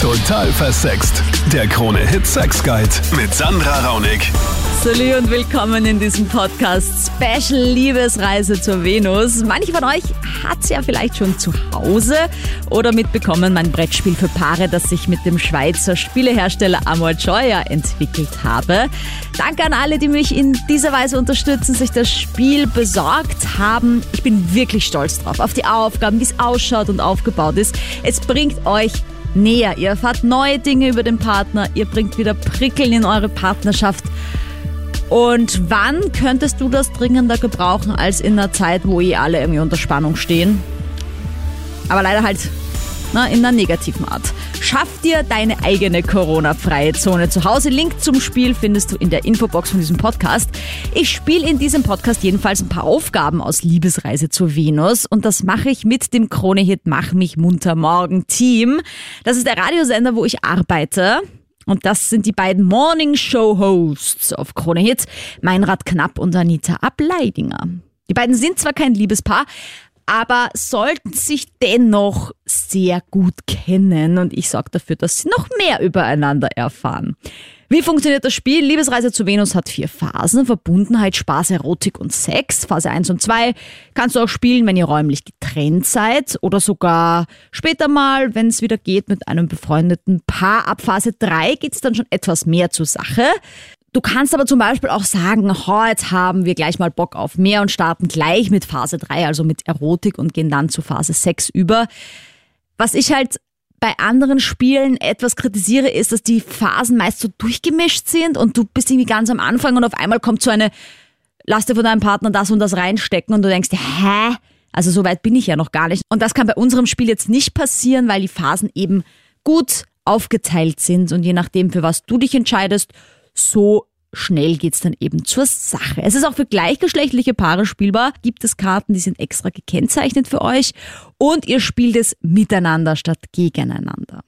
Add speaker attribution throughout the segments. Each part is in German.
Speaker 1: Total versext. Der Krone Hit Sex Guide mit Sandra Raunig.
Speaker 2: Salut und willkommen in diesem Podcast Special Liebesreise zur Venus. Manche von euch hat es ja vielleicht schon zu Hause oder mitbekommen, mein Brettspiel für Paare, das ich mit dem Schweizer Spielehersteller Amor Joya entwickelt habe. Danke an alle, die mich in dieser Weise unterstützen, sich das Spiel besorgt haben. Ich bin wirklich stolz drauf, auf die Aufgaben, wie es ausschaut und aufgebaut ist. Es bringt euch näher. Ihr erfahrt neue Dinge über den Partner. Ihr bringt wieder Prickeln in eure Partnerschaft. Und wann könntest du das dringender gebrauchen als in einer Zeit, wo eh alle irgendwie unter Spannung stehen? Aber leider halt na, in einer negativen Art. Schaff dir deine eigene Corona-freie Zone zu Hause. Link zum Spiel findest du in der Infobox von diesem Podcast. Ich spiele in diesem Podcast jedenfalls ein paar Aufgaben aus Liebesreise zur Venus und das mache ich mit dem Krone-Hit Mach mich munter morgen Team. Das ist der Radiosender, wo ich arbeite. Und das sind die beiden Morning Show Hosts auf Krone Hit, Meinrad Knapp und Anita Ableidinger. Die beiden sind zwar kein Liebespaar, aber sollten sich dennoch sehr gut kennen und ich sorge dafür, dass sie noch mehr übereinander erfahren. Wie funktioniert das Spiel? Liebesreise zu Venus hat vier Phasen. Verbundenheit, Spaß, Erotik und Sex. Phase 1 und 2 kannst du auch spielen, wenn ihr räumlich getrennt seid oder sogar später mal, wenn es wieder geht, mit einem befreundeten Paar. Ab Phase 3 geht es dann schon etwas mehr zur Sache. Du kannst aber zum Beispiel auch sagen, oh, jetzt haben wir gleich mal Bock auf mehr und starten gleich mit Phase 3, also mit Erotik und gehen dann zu Phase 6 über. Was ich halt bei anderen Spielen etwas kritisiere, ist, dass die Phasen meist so durchgemischt sind und du bist irgendwie ganz am Anfang und auf einmal kommt so eine, lass dir von deinem Partner das und das reinstecken und du denkst, hä? Also so weit bin ich ja noch gar nicht. Und das kann bei unserem Spiel jetzt nicht passieren, weil die Phasen eben gut aufgeteilt sind und je nachdem, für was du dich entscheidest, so schnell geht's dann eben zur Sache. Es ist auch für gleichgeschlechtliche Paare spielbar. Gibt es Karten, die sind extra gekennzeichnet für euch und ihr spielt es miteinander statt gegeneinander.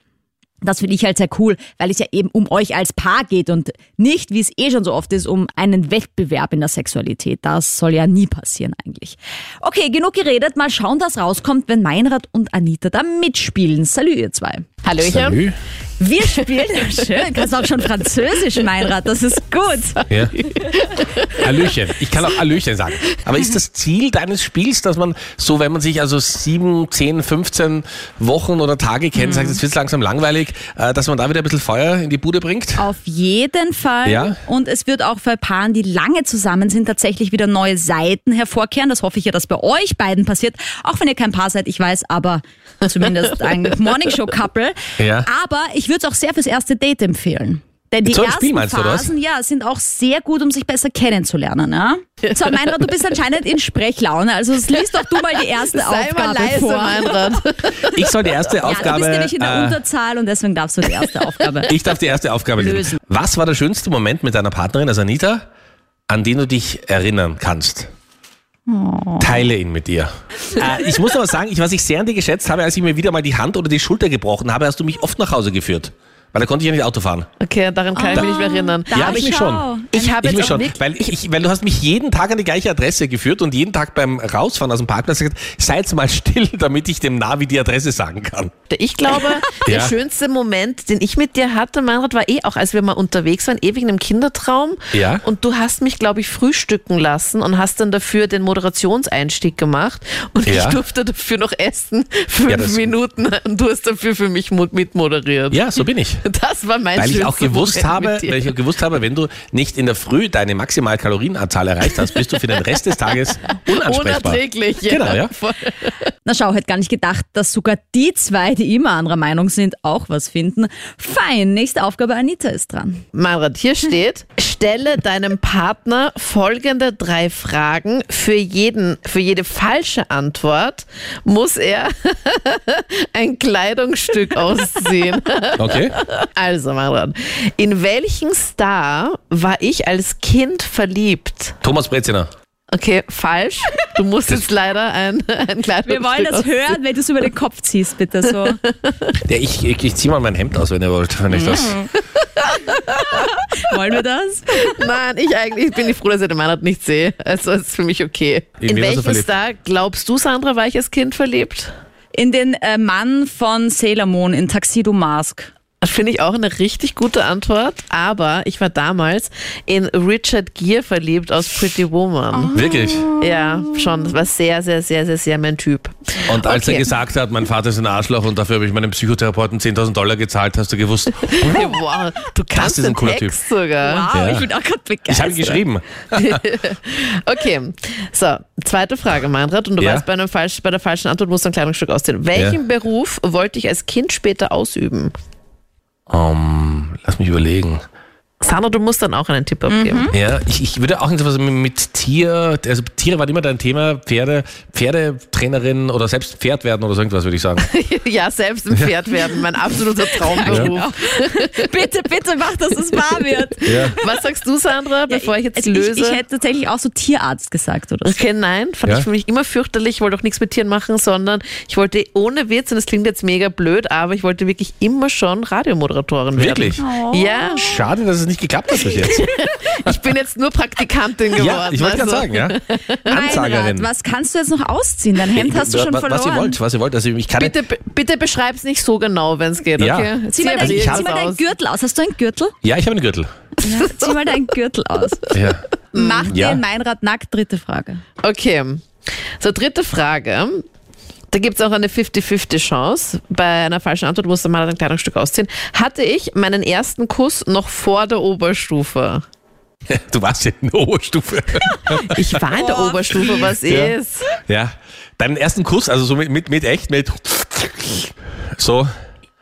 Speaker 2: Das finde ich halt sehr cool, weil es ja eben um euch als Paar geht und nicht, wie es eh schon so oft ist, um einen Wettbewerb in der Sexualität. Das soll ja nie passieren eigentlich. Okay, genug geredet. Mal schauen, was rauskommt, wenn Meinrad und Anita da mitspielen. Salut, ihr zwei.
Speaker 3: Hallöchen.
Speaker 4: Salü.
Speaker 2: Wir spielen. Schön, kannst auch schon Französisch, Meinrad. Das ist gut.
Speaker 4: Ja. Hallöchen. Ich kann auch Hallöchen sagen. Aber ist das Ziel deines Spiels, dass man so, wenn man sich also sieben, zehn, 15 Wochen oder Tage kennt, sagt, es wird langsam langweilig, äh, dass man da wieder ein bisschen Feuer in die Bude bringt?
Speaker 2: Auf jeden Fall.
Speaker 4: Ja.
Speaker 2: Und es wird auch bei Paaren, die lange zusammen sind, tatsächlich wieder neue Seiten hervorkehren. Das hoffe ich ja, dass bei euch beiden passiert. Auch wenn ihr kein Paar seid, ich weiß, aber zumindest ein Morning Show Couple.
Speaker 4: Ja.
Speaker 2: Aber ich würde es auch sehr fürs erste Date empfehlen. Denn die
Speaker 4: So ein
Speaker 2: ersten
Speaker 4: Spiel meinst du, oder was?
Speaker 2: Phasen, ja, sind auch sehr gut, um sich besser kennenzulernen. Ja? So, Meinrad, du bist anscheinend in Sprechlaune. Also liest doch du mal die erste
Speaker 3: Sei mal
Speaker 2: Aufgabe
Speaker 3: leise,
Speaker 2: vor.
Speaker 3: Meinrad.
Speaker 4: Ich soll die erste
Speaker 2: ja, du
Speaker 4: Aufgabe.
Speaker 2: bist nämlich in der
Speaker 4: äh,
Speaker 2: Unterzahl und deswegen darfst du die erste Aufgabe.
Speaker 4: ich darf die erste Aufgabe
Speaker 2: Lösen.
Speaker 4: lösen. Was war der schönste Moment mit deiner Partnerin, also Anita, an den du dich erinnern kannst?
Speaker 3: Oh.
Speaker 4: Teile ihn mit dir. Äh, ich muss aber sagen, ich, was ich sehr an dir geschätzt habe, als ich mir wieder mal die Hand oder die Schulter gebrochen habe, hast du mich oft nach Hause geführt. Weil da konnte ich ja nicht Auto fahren.
Speaker 3: Okay, daran kann ich mich nicht mehr erinnern.
Speaker 2: Da-
Speaker 4: ja,
Speaker 2: aber
Speaker 4: ich mich
Speaker 2: schau.
Speaker 4: schon.
Speaker 3: Ich habe
Speaker 4: Ich
Speaker 3: jetzt
Speaker 4: mich
Speaker 3: auch
Speaker 4: schon,
Speaker 3: wirklich-
Speaker 4: weil, ich, ich, weil du hast mich jeden Tag an die gleiche Adresse geführt und jeden Tag beim Rausfahren aus dem Parkplatz gesagt, seid mal still, damit ich dem Navi die Adresse sagen kann.
Speaker 3: Ich glaube, der
Speaker 4: Ja.
Speaker 3: schönste Moment, den ich mit dir hatte, Meinrad, war eh auch, als wir mal unterwegs waren, ewig in einem Kindertraum.
Speaker 4: Ja.
Speaker 3: Und du hast mich, glaube ich, frühstücken lassen und hast dann dafür den Moderationseinstieg gemacht. Und ich
Speaker 4: Ja.
Speaker 3: durfte dafür noch essen, fünf
Speaker 4: Ja, das-
Speaker 3: Minuten. Und du hast dafür für mich mo- mitmoderiert.
Speaker 4: Ja, so bin ich.
Speaker 3: Das war mein
Speaker 4: Weil ich
Speaker 3: schönster
Speaker 4: auch gewusst
Speaker 3: Moment
Speaker 4: habe,
Speaker 3: mit dir.
Speaker 4: weil ich auch gewusst habe, wenn du nicht in der Früh deine maximale Kalorienanzahl erreicht hast, bist du für den Rest des Tages unansprechbar.
Speaker 3: Unerträglich.
Speaker 4: Genau, ja.
Speaker 3: Voll.
Speaker 2: Na schau, hätte gar nicht gedacht, dass sogar die zwei, die immer anderer Meinung sind, auch was finden. Fein, nächste Aufgabe, Anita ist dran.
Speaker 3: Meinrad, hier steht, stelle deinem Partner folgende drei Fragen. Für jeden, für jede falsche Antwort muss er ein Kleidungsstück ausziehen.
Speaker 4: Okay.
Speaker 3: Also, Meinrad, in welchen Star war ich als Kind verliebt?
Speaker 4: Thomas Breziner.
Speaker 3: Okay, falsch. Du musst jetzt leider ein, ein Kleidungsstück
Speaker 2: Wir wollen das
Speaker 3: ausziehen.
Speaker 2: hören, wenn du es über den Kopf ziehst, bitte so.
Speaker 4: Ja, ich, ich, ich zieh mal mein Hemd aus, wenn ihr wollt, wenn ich das.
Speaker 2: Wollen wir das?
Speaker 3: Nein, ich eigentlich bin ich froh, dass ich den Meinrad nicht sehe. Also, es ist für mich okay.
Speaker 4: In
Speaker 3: In
Speaker 4: wen warst du verliebt?
Speaker 3: welchen Star, glaubst du, Sandra, war ich als Kind verliebt?
Speaker 2: In den äh, Mann von Sailor Moon in Tuxedo Mask.
Speaker 3: Das finde ich auch eine richtig gute Antwort, aber ich war damals in Richard Gere verliebt aus Pretty Woman.
Speaker 4: Wirklich.
Speaker 3: Ja, schon. Das war sehr, sehr, sehr, sehr, sehr mein Typ.
Speaker 4: Und als er
Speaker 3: Okay.
Speaker 4: gesagt hat, mein Vater ist ein Arschloch und dafür habe ich meinem Psychotherapeuten 10.000 Dollar gezahlt, hast du gewusst,
Speaker 3: Ja, wow, du kannst
Speaker 4: Hm? ist ein
Speaker 3: den
Speaker 4: cooler
Speaker 3: Text sogar.
Speaker 2: Wow,
Speaker 4: Ja.
Speaker 2: Ah, ich bin auch gerade begeistert.
Speaker 4: ich habe ihn geschrieben.
Speaker 3: Okay, so, zweite Frage, Meinrad. Und du
Speaker 4: Ja.
Speaker 3: weißt, bei, einem falsch, bei der falschen Antwort musst du ein Kleidungsstück ausziehen. Welchen Beruf wollte ich als Kind später ausüben?
Speaker 4: Ähm, lass mich überlegen.
Speaker 3: Sandra, du musst dann auch einen Tipp abgeben.
Speaker 4: Ja, ich, ich würde auch irgendwas mit, mit Tier, also Tiere waren immer dein Thema, Pferde, Pferdetrainerin oder selbst Pferd werden oder so irgendwas, würde ich sagen.
Speaker 3: ja, selbst ein Pferd werden, mein absoluter Traumberuf.
Speaker 2: Genau. Bitte, bitte mach, dass es wahr wird. Also
Speaker 4: Ja.
Speaker 3: Was sagst du, Sandra, bevor ich
Speaker 4: Also
Speaker 3: jetzt
Speaker 2: ich,
Speaker 3: löse?
Speaker 2: Ich hätte tatsächlich auch so Tierarzt gesagt oder so.
Speaker 3: Okay, nein, fand
Speaker 4: Ja?
Speaker 3: ich für mich immer fürchterlich. Ich wollte auch nichts mit Tieren machen, sondern ich wollte ohne Witz, und das klingt jetzt mega blöd, aber ich wollte wirklich immer schon Radiomoderatorin werden.
Speaker 4: Wirklich?
Speaker 2: Oh.
Speaker 3: Ja,
Speaker 4: Schade, dass es nicht geklappt hat bis jetzt.
Speaker 3: ich bin jetzt nur Praktikantin geworden.
Speaker 4: Ja, ich wollte gerade
Speaker 3: also.
Speaker 4: sagen, ja.
Speaker 2: Meinrad,
Speaker 4: Ansagerin. Äh,
Speaker 2: was kannst du jetzt noch ausziehen? Dein Hemd hast du schon
Speaker 4: was,
Speaker 2: verloren.
Speaker 4: was ihr wollt, was ihr wollt. Also ich kann
Speaker 3: Bitte, be- bitte beschreib's nicht so genau, wenn es geht,
Speaker 4: Ja.
Speaker 3: okay?
Speaker 2: Zieh mal,
Speaker 3: aber
Speaker 2: dein,
Speaker 4: Also ich
Speaker 3: jetzt
Speaker 4: hab-
Speaker 2: zieh mal deinen
Speaker 3: aus.
Speaker 2: Gürtel aus. Hast du einen Gürtel?
Speaker 4: Ja, ich habe einen Gürtel.
Speaker 2: Zieh mal deinen Gürtel aus.
Speaker 4: Ja.
Speaker 2: Mach dir
Speaker 4: Ja.
Speaker 2: ein Meinrad nackt. Dritte Frage.
Speaker 3: Okay. So, dritte Frage. Da gibt's auch eine 50-50-Chance. Bei einer falschen Antwort musst du mal ein Kleidungsstück ausziehen. Hatte ich meinen ersten Kuss noch vor der Oberstufe?
Speaker 4: Du warst ja in der Oberstufe.
Speaker 3: Ich war in der
Speaker 2: Oh,
Speaker 3: Oberstufe, was ist?
Speaker 4: Ja. Deinen ersten Kuss, also so mit, mit, mit echt, mit so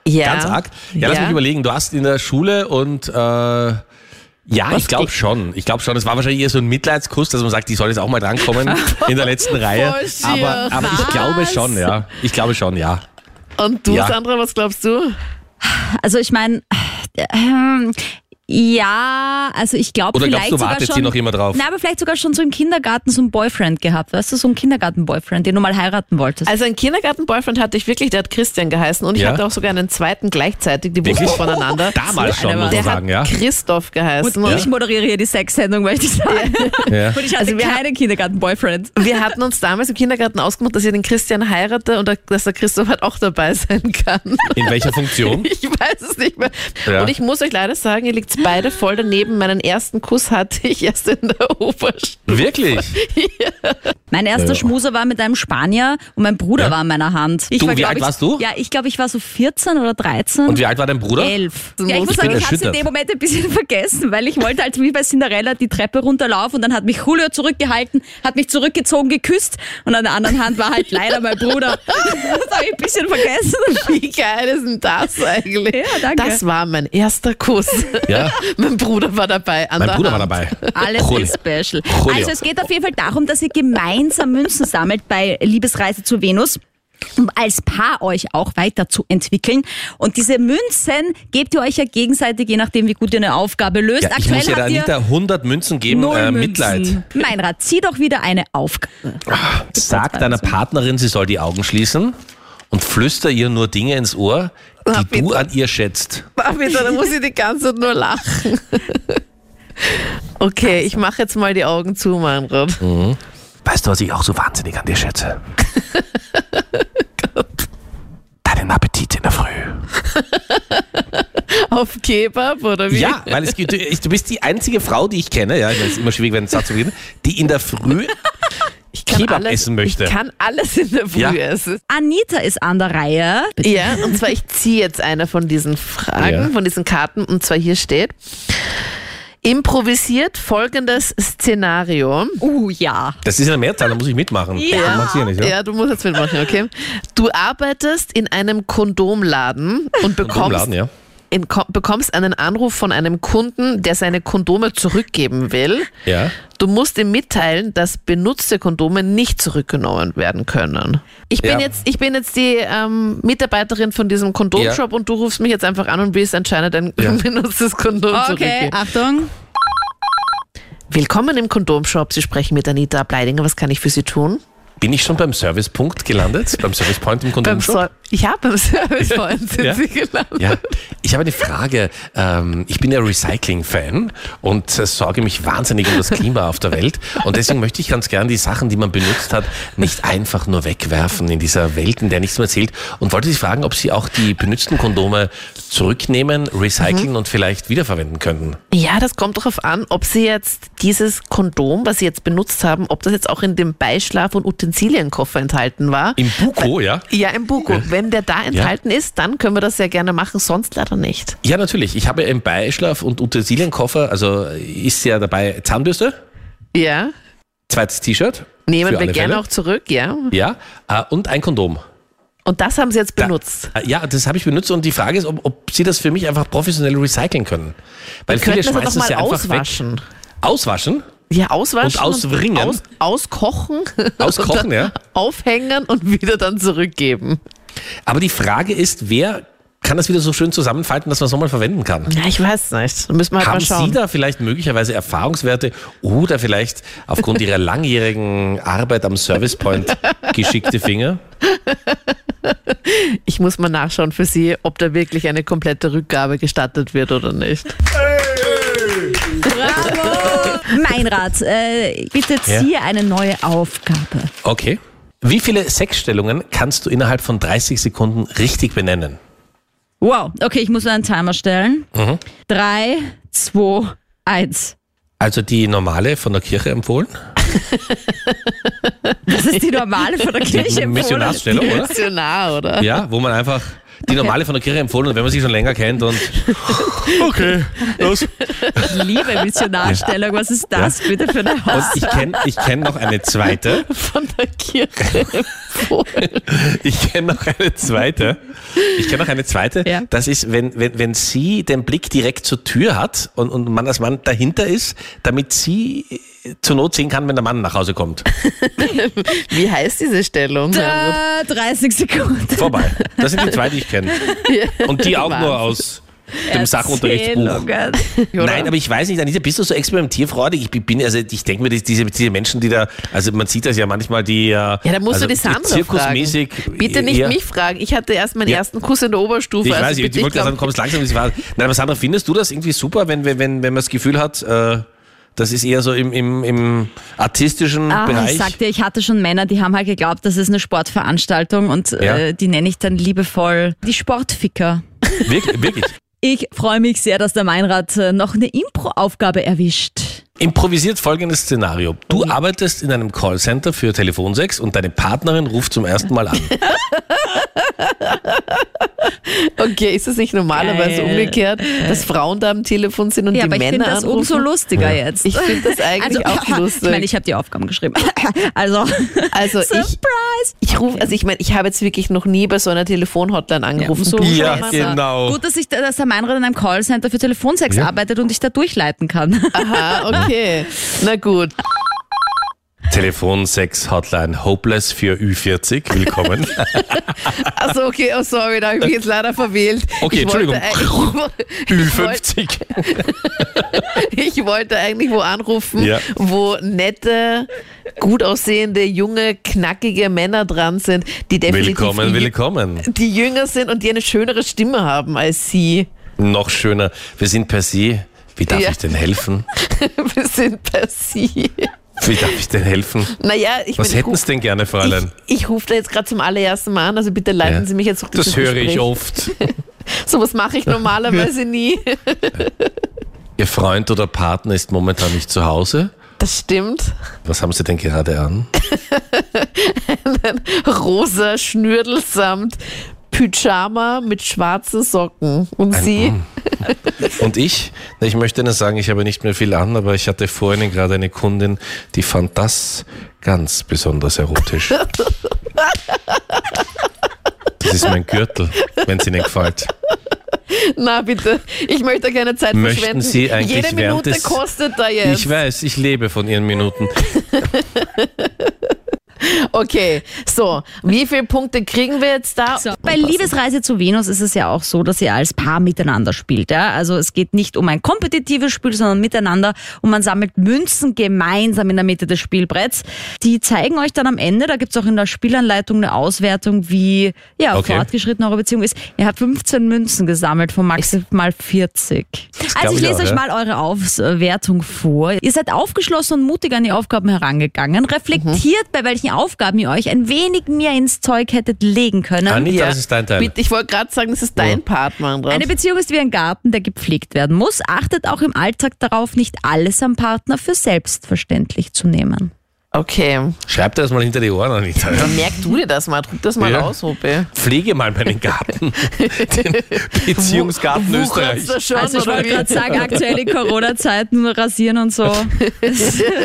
Speaker 3: Ja.
Speaker 4: ganz arg. Ja, lass mich überlegen, du hast in der Schule und äh, ja, ich glaube schon. Ich glaube schon, es war wahrscheinlich eher so ein Mitleidskuss, dass man sagt, die soll jetzt auch mal drankommen in der letzten Reihe.
Speaker 3: Voll schier.
Speaker 4: Aber, aber ich glaube schon, ja. Ich glaube schon, ja.
Speaker 3: Und du,
Speaker 4: Ja.
Speaker 3: Sandra, was glaubst du?
Speaker 2: Also ich meine, ähm, ja, also ich glaube
Speaker 4: Oder glaubst
Speaker 2: vielleicht
Speaker 4: du,
Speaker 2: sogar
Speaker 4: wartet
Speaker 2: schon,
Speaker 4: sie noch immer drauf?
Speaker 2: Na, aber vielleicht sogar schon so im Kindergarten so einen Boyfriend gehabt, weißt du, so einen Kindergarten-Boyfriend, den du mal heiraten wolltest.
Speaker 3: Also einen Kindergarten-Boyfriend hatte ich wirklich, der hat Christian geheißen und ich
Speaker 4: Ja.
Speaker 3: hatte auch sogar einen zweiten gleichzeitig, die wussten
Speaker 4: Wirklich?
Speaker 3: voneinander.
Speaker 4: Damals
Speaker 2: So
Speaker 4: schon,
Speaker 2: eine
Speaker 4: muss
Speaker 3: Der
Speaker 4: man
Speaker 3: hat
Speaker 4: sagen, ja.
Speaker 3: Christoph geheißen.
Speaker 2: und ich moderiere hier die Sexsendung, möchte ich sagen.
Speaker 4: ja.
Speaker 2: Und ich hatte
Speaker 3: Also wir-
Speaker 2: keinen Kindergarten-Boyfriend.
Speaker 3: wir hatten uns damals im Kindergarten ausgemacht, dass ich den Christian heirate und dass der Christoph halt auch dabei sein kann.
Speaker 4: In welcher Funktion?
Speaker 3: Ich weiß es nicht mehr.
Speaker 4: Ja.
Speaker 3: Und ich muss euch leider sagen, ihr liegt beide voll daneben. Meinen ersten Kuss hatte ich erst in der Oberstufe.
Speaker 4: Wirklich?
Speaker 2: Mein erster
Speaker 4: Ja.
Speaker 2: Schmuser war mit einem Spanier und mein Bruder
Speaker 4: Ja.
Speaker 2: war in meiner Hand. Ich
Speaker 4: Du,
Speaker 2: war,
Speaker 4: wie
Speaker 2: glaub
Speaker 4: alt
Speaker 2: ich,
Speaker 4: warst du?
Speaker 2: Ja, ich glaube, ich war so 14 oder 13.
Speaker 4: Und wie alt war dein Bruder?
Speaker 2: Elf. Ja, ich muss
Speaker 3: Ich
Speaker 2: sagen,
Speaker 4: bin
Speaker 2: ich habe es in
Speaker 4: erschüttert.
Speaker 2: dem Moment ein bisschen vergessen, weil ich wollte halt wie bei Cinderella die Treppe runterlaufen und dann hat mich Julio zurückgehalten, hat mich zurückgezogen, geküsst und an der anderen Hand war halt leider mein Bruder. Das habe ich ein bisschen vergessen.
Speaker 3: Wie geil ist denn das eigentlich?
Speaker 2: Ja, danke.
Speaker 3: Das war mein erster Kuss.
Speaker 4: Ja.
Speaker 3: mein Bruder war dabei. An
Speaker 4: Mein
Speaker 3: der
Speaker 4: Bruder war
Speaker 3: Hand.
Speaker 4: dabei.
Speaker 2: Alles
Speaker 4: Cool.
Speaker 2: ist special.
Speaker 4: Julio.
Speaker 2: Also es geht auf jeden Fall darum, dass ihr gemeinsam Münzen sammelt bei Liebesreise zu Venus. Um als Paar euch auch weiterzuentwickeln. Und diese Münzen gebt ihr euch ja gegenseitig, je nachdem, wie gut ihr eine Aufgabe löst.
Speaker 4: Ja, ich muss ja der
Speaker 2: habt ihr
Speaker 4: Anita 100 Münzen geben,
Speaker 2: null
Speaker 4: äh,
Speaker 2: Münzen.
Speaker 4: Mitleid.
Speaker 2: Mein Rat, zieh doch wieder eine Aufgabe.
Speaker 4: Sag deiner
Speaker 2: Also.
Speaker 4: Partnerin, sie soll die Augen schließen und flüster ihr nur Dinge ins Ohr, die
Speaker 3: Ah,
Speaker 4: du
Speaker 3: bitte.
Speaker 4: an ihr schätzt.
Speaker 3: Ah, bitte, da muss ich die ganze Zeit nur lachen. Okay, ich mache jetzt mal die Augen zu, Meinrad.
Speaker 4: Hm. Weißt du, was ich auch so wahnsinnig an dir schätze? Deinen Appetit in der Früh.
Speaker 3: Auf Kebab oder wie?
Speaker 4: Ja, weil es gibt, ich- du bist die einzige Frau, die ich kenne, ja, ich meine, es ist immer schwierig, wenn ein Satz zu beginnen, die in der Früh
Speaker 3: ich kann
Speaker 4: Kebab
Speaker 3: alles,
Speaker 4: essen möchte.
Speaker 3: Ich kann alles in der Früh
Speaker 4: Ja.
Speaker 3: essen.
Speaker 2: Anita ist an der Reihe.
Speaker 3: Ja, und zwar ich ziehe jetzt eine von diesen Fragen,
Speaker 4: Ja.
Speaker 3: von diesen Karten, und zwar hier steht. Improvisiert folgendes Szenario.
Speaker 2: Uh, ja.
Speaker 4: Das ist eine Mehrzahl, da muss ich mitmachen.
Speaker 2: Ja.
Speaker 4: Das machst du ja nicht, ja?
Speaker 3: Ja, du musst jetzt mitmachen, okay? Du arbeitest in einem kondomladen und
Speaker 4: Im
Speaker 3: bekommst
Speaker 4: Laden, ja.
Speaker 3: in, ko- bekommst einen Anruf von einem Kunden, der seine Kondome zurückgeben will.
Speaker 4: Ja.
Speaker 3: Du musst ihm mitteilen, dass benutzte Kondome nicht zurückgenommen werden können. Ich bin
Speaker 4: Ja.
Speaker 3: jetzt, ich bin jetzt die ähm, Mitarbeiterin von diesem Kondomshop und du rufst mich jetzt einfach an und willst anscheinend ein
Speaker 4: Ja.
Speaker 3: benutztes Kondom
Speaker 2: Okay,
Speaker 3: zurückgeben.
Speaker 2: Achtung.
Speaker 3: Willkommen im Kondomshop. Sie sprechen mit Anita Bleidinger. Was kann ich für Sie tun?
Speaker 4: Bin ich schon beim Servicepunkt gelandet? beim Servicepoint im
Speaker 3: Beim
Speaker 4: Kondomshop?
Speaker 3: Ser- ich habe beim Service Point sind
Speaker 4: Ja.
Speaker 3: sie gelandet.
Speaker 4: Ja, ich habe eine Frage. Ähm, ich bin ja Recycling-Fan und äh, sorge mich wahnsinnig um das Klima auf der Welt. Und deswegen möchte ich ganz gern die Sachen, die man benutzt hat, nicht einfach nur wegwerfen in dieser Welt, in der nichts mehr zählt. Und wollte Sie fragen, ob Sie auch die benutzten Kondome zurücknehmen,
Speaker 3: Mhm.
Speaker 4: recyceln und vielleicht wiederverwenden könnten.
Speaker 3: Ja, das kommt darauf an, ob Sie jetzt dieses Kondom, was Sie jetzt benutzt haben, ob das jetzt auch in dem Beischlaf- und Utensilienkoffer enthalten war.
Speaker 4: Im Buko, ja?
Speaker 3: ja, im Buko. Wenn der da enthalten ist, dann können wir das sehr gerne machen, sonst leider nicht.
Speaker 4: Ja, natürlich. Ich habe im Beischlaf- und Utensilienkoffer, also ist ja dabei Zahnbürste,
Speaker 3: Ja,
Speaker 4: zweites T-Shirt.
Speaker 3: nehmen
Speaker 4: für
Speaker 3: wir
Speaker 4: alle
Speaker 3: gerne
Speaker 4: Fälle.
Speaker 3: auch zurück, ja.
Speaker 4: Ja, äh, und ein Kondom.
Speaker 3: Und das haben Sie jetzt benutzt.
Speaker 4: Da, äh, ja, das habe ich benutzt und die Frage ist, ob, ob Sie das für mich einfach professionell recyceln können. Weil
Speaker 3: Könnten
Speaker 4: viele
Speaker 3: wir das
Speaker 4: schmeißen es
Speaker 3: nochmal
Speaker 4: ja einfach weg.
Speaker 3: auswaschen?
Speaker 4: Auswaschen?
Speaker 3: Ja, auswaschen.
Speaker 4: Und auswringen.
Speaker 3: Aus, auskochen.
Speaker 4: Auskochen,
Speaker 3: und dann
Speaker 4: ja.
Speaker 3: Aufhängen und wieder dann zurückgeben.
Speaker 4: Aber die Frage ist, wer kann das wieder so schön zusammenfalten, dass man es nochmal verwenden kann?
Speaker 3: Ja, ich weiß nicht. Da müssen wir halt
Speaker 4: Haben
Speaker 3: mal schauen.
Speaker 4: Sie da vielleicht möglicherweise Erfahrungswerte oder vielleicht aufgrund Ihrer langjährigen Arbeit am Service Point geschickte Finger?
Speaker 3: Ich muss mal nachschauen für Sie, ob da wirklich eine komplette Rückgabe gestattet wird oder nicht.
Speaker 2: Bravo! mein Rat, äh, bietet
Speaker 4: Ja.
Speaker 2: hier eine neue Aufgabe.
Speaker 4: Okay. Wie viele Sexstellungen kannst du innerhalb von 30 Sekunden richtig benennen?
Speaker 2: Wow, okay, ich muss einen Timer stellen.
Speaker 4: Mhm.
Speaker 2: Drei, zwei, eins.
Speaker 4: Also die normale von der Kirche empfohlen?
Speaker 2: Das ist die normale von der Kirche. empfohlen.
Speaker 4: Missionarstellung, oder?
Speaker 3: Missionar, oder?
Speaker 4: Ja, wo man einfach die normale von der Kirche empfohlen hat, wenn man sie schon länger kennt und okay, los.
Speaker 2: Ich liebe Missionarstellung. Was ist das bitte für eine
Speaker 4: Und
Speaker 2: Haus?
Speaker 4: ich kenne ich kenn noch eine zweite.
Speaker 3: Von der Kirche empfohlen.
Speaker 4: Ich kenne noch eine zweite. Ich kenne noch eine zweite.
Speaker 2: Ja.
Speaker 4: Das ist, wenn, wenn, wenn sie den Blick direkt zur Tür hat und, und man als Mann dahinter ist, damit sie äh, zur Not sehen kann, wenn der Mann nach Hause kommt.
Speaker 3: Wie heißt diese Stellung? Herbert?
Speaker 2: Äh, 30 Sekunden.
Speaker 4: Vorbei. Das sind die zwei, die ich kenne. Und die auch nur aus dem
Speaker 3: Oh
Speaker 4: Sachunterrichtsbuch.
Speaker 2: Erzählungen.
Speaker 4: Nein, aber ich weiß nicht, Anita, bist du so experimentierfreudig? Ich bin, also ich denke mir, dass diese, diese Menschen, die da, also man sieht das ja manchmal, die Ja,
Speaker 3: Ja, da musst
Speaker 4: also
Speaker 3: du die Sandra
Speaker 4: Zirkusmäßig.
Speaker 3: fragen. Bitte nicht
Speaker 4: eher-
Speaker 3: mich fragen. Ich hatte erst meinen
Speaker 4: Ja.
Speaker 3: ersten Kuss in der Oberstufe.
Speaker 4: Ich
Speaker 3: also
Speaker 4: weiß, ich,
Speaker 3: bitte,
Speaker 4: ich wollte gerade sagen,
Speaker 3: glaub,
Speaker 4: kommst langsam ins Wahre. Nein, aber Sandra, findest du das irgendwie super, wenn, wenn, wenn wenn man das Gefühl hat, äh, das ist eher so im, im, im artistischen
Speaker 2: Ah,
Speaker 4: Bereich?
Speaker 2: ich sag dir, ich hatte schon Männer, die haben halt geglaubt, das ist eine Sportveranstaltung und
Speaker 4: Ja.
Speaker 2: äh, die nenne ich dann liebevoll die Sportficker.
Speaker 4: Wirklich, wirklich.
Speaker 2: Ich freue mich sehr, dass der Meinrad äh, noch eine Impro-Aufgabe erwischt.
Speaker 4: Improvisiert folgendes Szenario. Du
Speaker 3: Mhm.
Speaker 4: arbeitest in einem Callcenter für Telefonsex und deine Partnerin ruft zum ersten Mal an.
Speaker 3: Okay, ist es nicht normalerweise
Speaker 2: Geil.
Speaker 3: umgekehrt, dass Frauen da am Telefon sind und
Speaker 2: Äh, Ja,
Speaker 3: die
Speaker 2: aber ich
Speaker 3: Männer
Speaker 2: finde das
Speaker 3: anrufen?
Speaker 2: umso lustiger jetzt. Also,
Speaker 3: Ich finde das eigentlich auch lustig.
Speaker 2: Ich meine, ich habe die Aufgaben geschrieben. Also,
Speaker 3: Also ich-
Speaker 2: Surprise!
Speaker 3: Ich rufe, also ich meine, ich habe jetzt wirklich noch nie bei so einer Telefonhotline angerufen.
Speaker 2: umso
Speaker 3: Du
Speaker 4: Ja,
Speaker 3: Scheiße.
Speaker 4: genau.
Speaker 2: Gut, dass, ich, da- dass der Meinrad in einem Callcenter für Telefonsex arbeitet und ich da durchleiten kann.
Speaker 3: Aha, okay. Na gut.
Speaker 4: Telefonsex-Hotline Hopeless für Ü40. Willkommen.
Speaker 3: Also okay, oh sorry, da habe ich mich jetzt leider verwählt.
Speaker 4: Okay,
Speaker 3: ich wollte
Speaker 4: Entschuldigung.
Speaker 3: eigentlich- Ich, wollte,
Speaker 4: Ü50.
Speaker 3: ich wollte eigentlich wo anrufen,
Speaker 4: Ja.
Speaker 3: wo nette, gut aussehende, junge, knackige Männer dran sind, die definitiv
Speaker 4: Willkommen,
Speaker 3: die,
Speaker 4: willkommen.
Speaker 3: die jünger sind und die eine schönere Stimme haben als sie.
Speaker 4: Noch schöner. Wir sind per se. Wie darf
Speaker 3: Ja.
Speaker 4: ich denn helfen?
Speaker 3: Wir sind per sie.
Speaker 4: Wie darf ich denn helfen?
Speaker 3: Naja, ich
Speaker 4: Was
Speaker 3: bin
Speaker 4: hätten Sie denn gerne,
Speaker 3: ich,
Speaker 4: Fräulein?
Speaker 3: ich rufe da jetzt gerade zum allerersten Mal an, also bitte leiten
Speaker 4: Ja.
Speaker 3: Sie mich jetzt durch
Speaker 4: Das
Speaker 3: dieses
Speaker 4: höre
Speaker 3: Gespräch.
Speaker 4: ich oft.
Speaker 3: Sowas mache ich normalerweise nie.
Speaker 4: Ihr Freund oder Partner ist momentan nicht zu Hause.
Speaker 3: Das stimmt.
Speaker 4: Was haben Sie denn gerade an?
Speaker 3: Rosa Schnürdelsamt. Pyjama mit schwarzen Socken. Und sie?
Speaker 4: Und ich? Na, Ich möchte Ihnen sagen, ich habe nicht mehr viel an, aber ich hatte vorhin gerade eine Kundin, die fand das ganz besonders erotisch. Das ist mein Gürtel, wenn es Ihnen gefällt.
Speaker 3: Na bitte, ich möchte keine Zeit
Speaker 4: Möchten
Speaker 3: verschwenden.
Speaker 4: Sie eigentlich während
Speaker 3: Jede Minute
Speaker 4: des-
Speaker 3: kostet da jetzt.
Speaker 4: Ich weiß, ich lebe von Ihren Minuten.
Speaker 3: Okay, so, wie viele Punkte kriegen wir jetzt da?
Speaker 2: So. Bei Liebesreise zu Venus ist es ja auch so, dass ihr als Paar miteinander spielt. Ja? Also es geht nicht um ein kompetitives Spiel, sondern miteinander und man sammelt Münzen gemeinsam in der Mitte des Spielbretts. Die zeigen euch dann am Ende, da gibt's auch in der Spielanleitung eine Auswertung, wie ja,
Speaker 4: Okay.
Speaker 2: fortgeschritten eure Beziehung ist. Ihr habt 15 Münzen gesammelt von maximal 40.
Speaker 4: glaub
Speaker 2: Also ich
Speaker 4: ich
Speaker 2: lese
Speaker 4: auch,
Speaker 2: euch
Speaker 4: ja.
Speaker 2: mal eure Auswertung vor. Ihr seid aufgeschlossen und mutig an die Aufgaben herangegangen. Reflektiert, bei welchen Aufgaben ihr euch ein wenig mehr ins Zeug hättet legen können.
Speaker 4: Anita,
Speaker 3: Ja.
Speaker 4: das ist dein Teil.
Speaker 3: Bitte, ich wollte gerade sagen, das ist dein Part, Mandra.
Speaker 2: Eine Beziehung ist wie ein Garten, der gepflegt werden muss. Achtet auch im Alltag darauf, nicht alles am Partner für selbstverständlich zu nehmen.
Speaker 3: Okay,
Speaker 4: Schreib dir das mal hinter die Ohren, Anita. Ja?
Speaker 3: dann merk du dir das mal, druck das mal
Speaker 4: Ja.
Speaker 3: aus, Hoppe.
Speaker 4: Pflege mal meinen Garten. Den Beziehungsgarten
Speaker 3: Wuchert's
Speaker 4: Österreich.
Speaker 3: da schon,
Speaker 2: Also ich
Speaker 3: oder
Speaker 2: wollte
Speaker 3: wie?
Speaker 2: gerade sagen, aktuelle Corona-Zeiten, nur rasieren und so.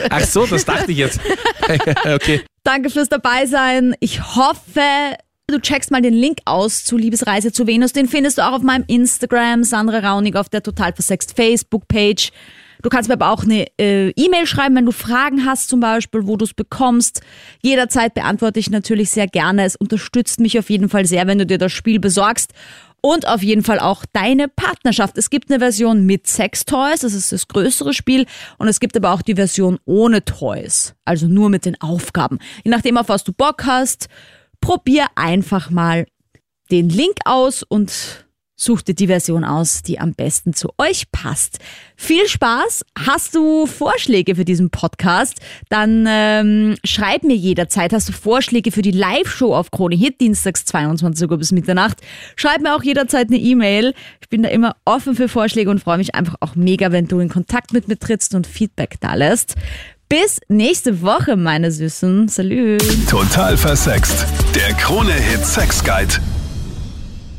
Speaker 4: Ach so, das dachte ich jetzt. okay.
Speaker 2: Danke fürs Dabeisein. Ich hoffe, du checkst mal den Link aus zu Liebesreise zu Venus. Den findest du auch auf meinem Instagram, Sandra Raunig, auf der total versext Facebook-Page. Du kannst mir aber auch eine äh, E-Mail schreiben, wenn du Fragen hast, zum Beispiel, wo du es bekommst. Jederzeit beantworte ich natürlich sehr gerne. Es unterstützt mich auf jeden Fall sehr, wenn du dir das Spiel besorgst. Und auf jeden Fall auch deine Partnerschaft. Es gibt eine Version mit Sextoys, das ist das größere Spiel. Und es gibt aber auch die Version ohne Toys, also nur mit den Aufgaben. Je nachdem, auf was du Bock hast, probier einfach mal den Link aus und such dir die Version aus, die am besten zu euch passt. Viel Spaß. Hast du Vorschläge für diesen Podcast? Dann ähm, schreib mir jederzeit. Hast du Vorschläge für die Live-Show auf Krone Hit dienstags 22 Uhr bis Mitternacht? Schreib mir auch jederzeit eine E-Mail. Ich bin da immer offen für Vorschläge und freue mich einfach auch mega, wenn du in Kontakt mit mir trittst und Feedback da lässt. Bis nächste Woche, meine Süßen. Salut.
Speaker 1: Total versext. Der Krone-Hit Sex Guide.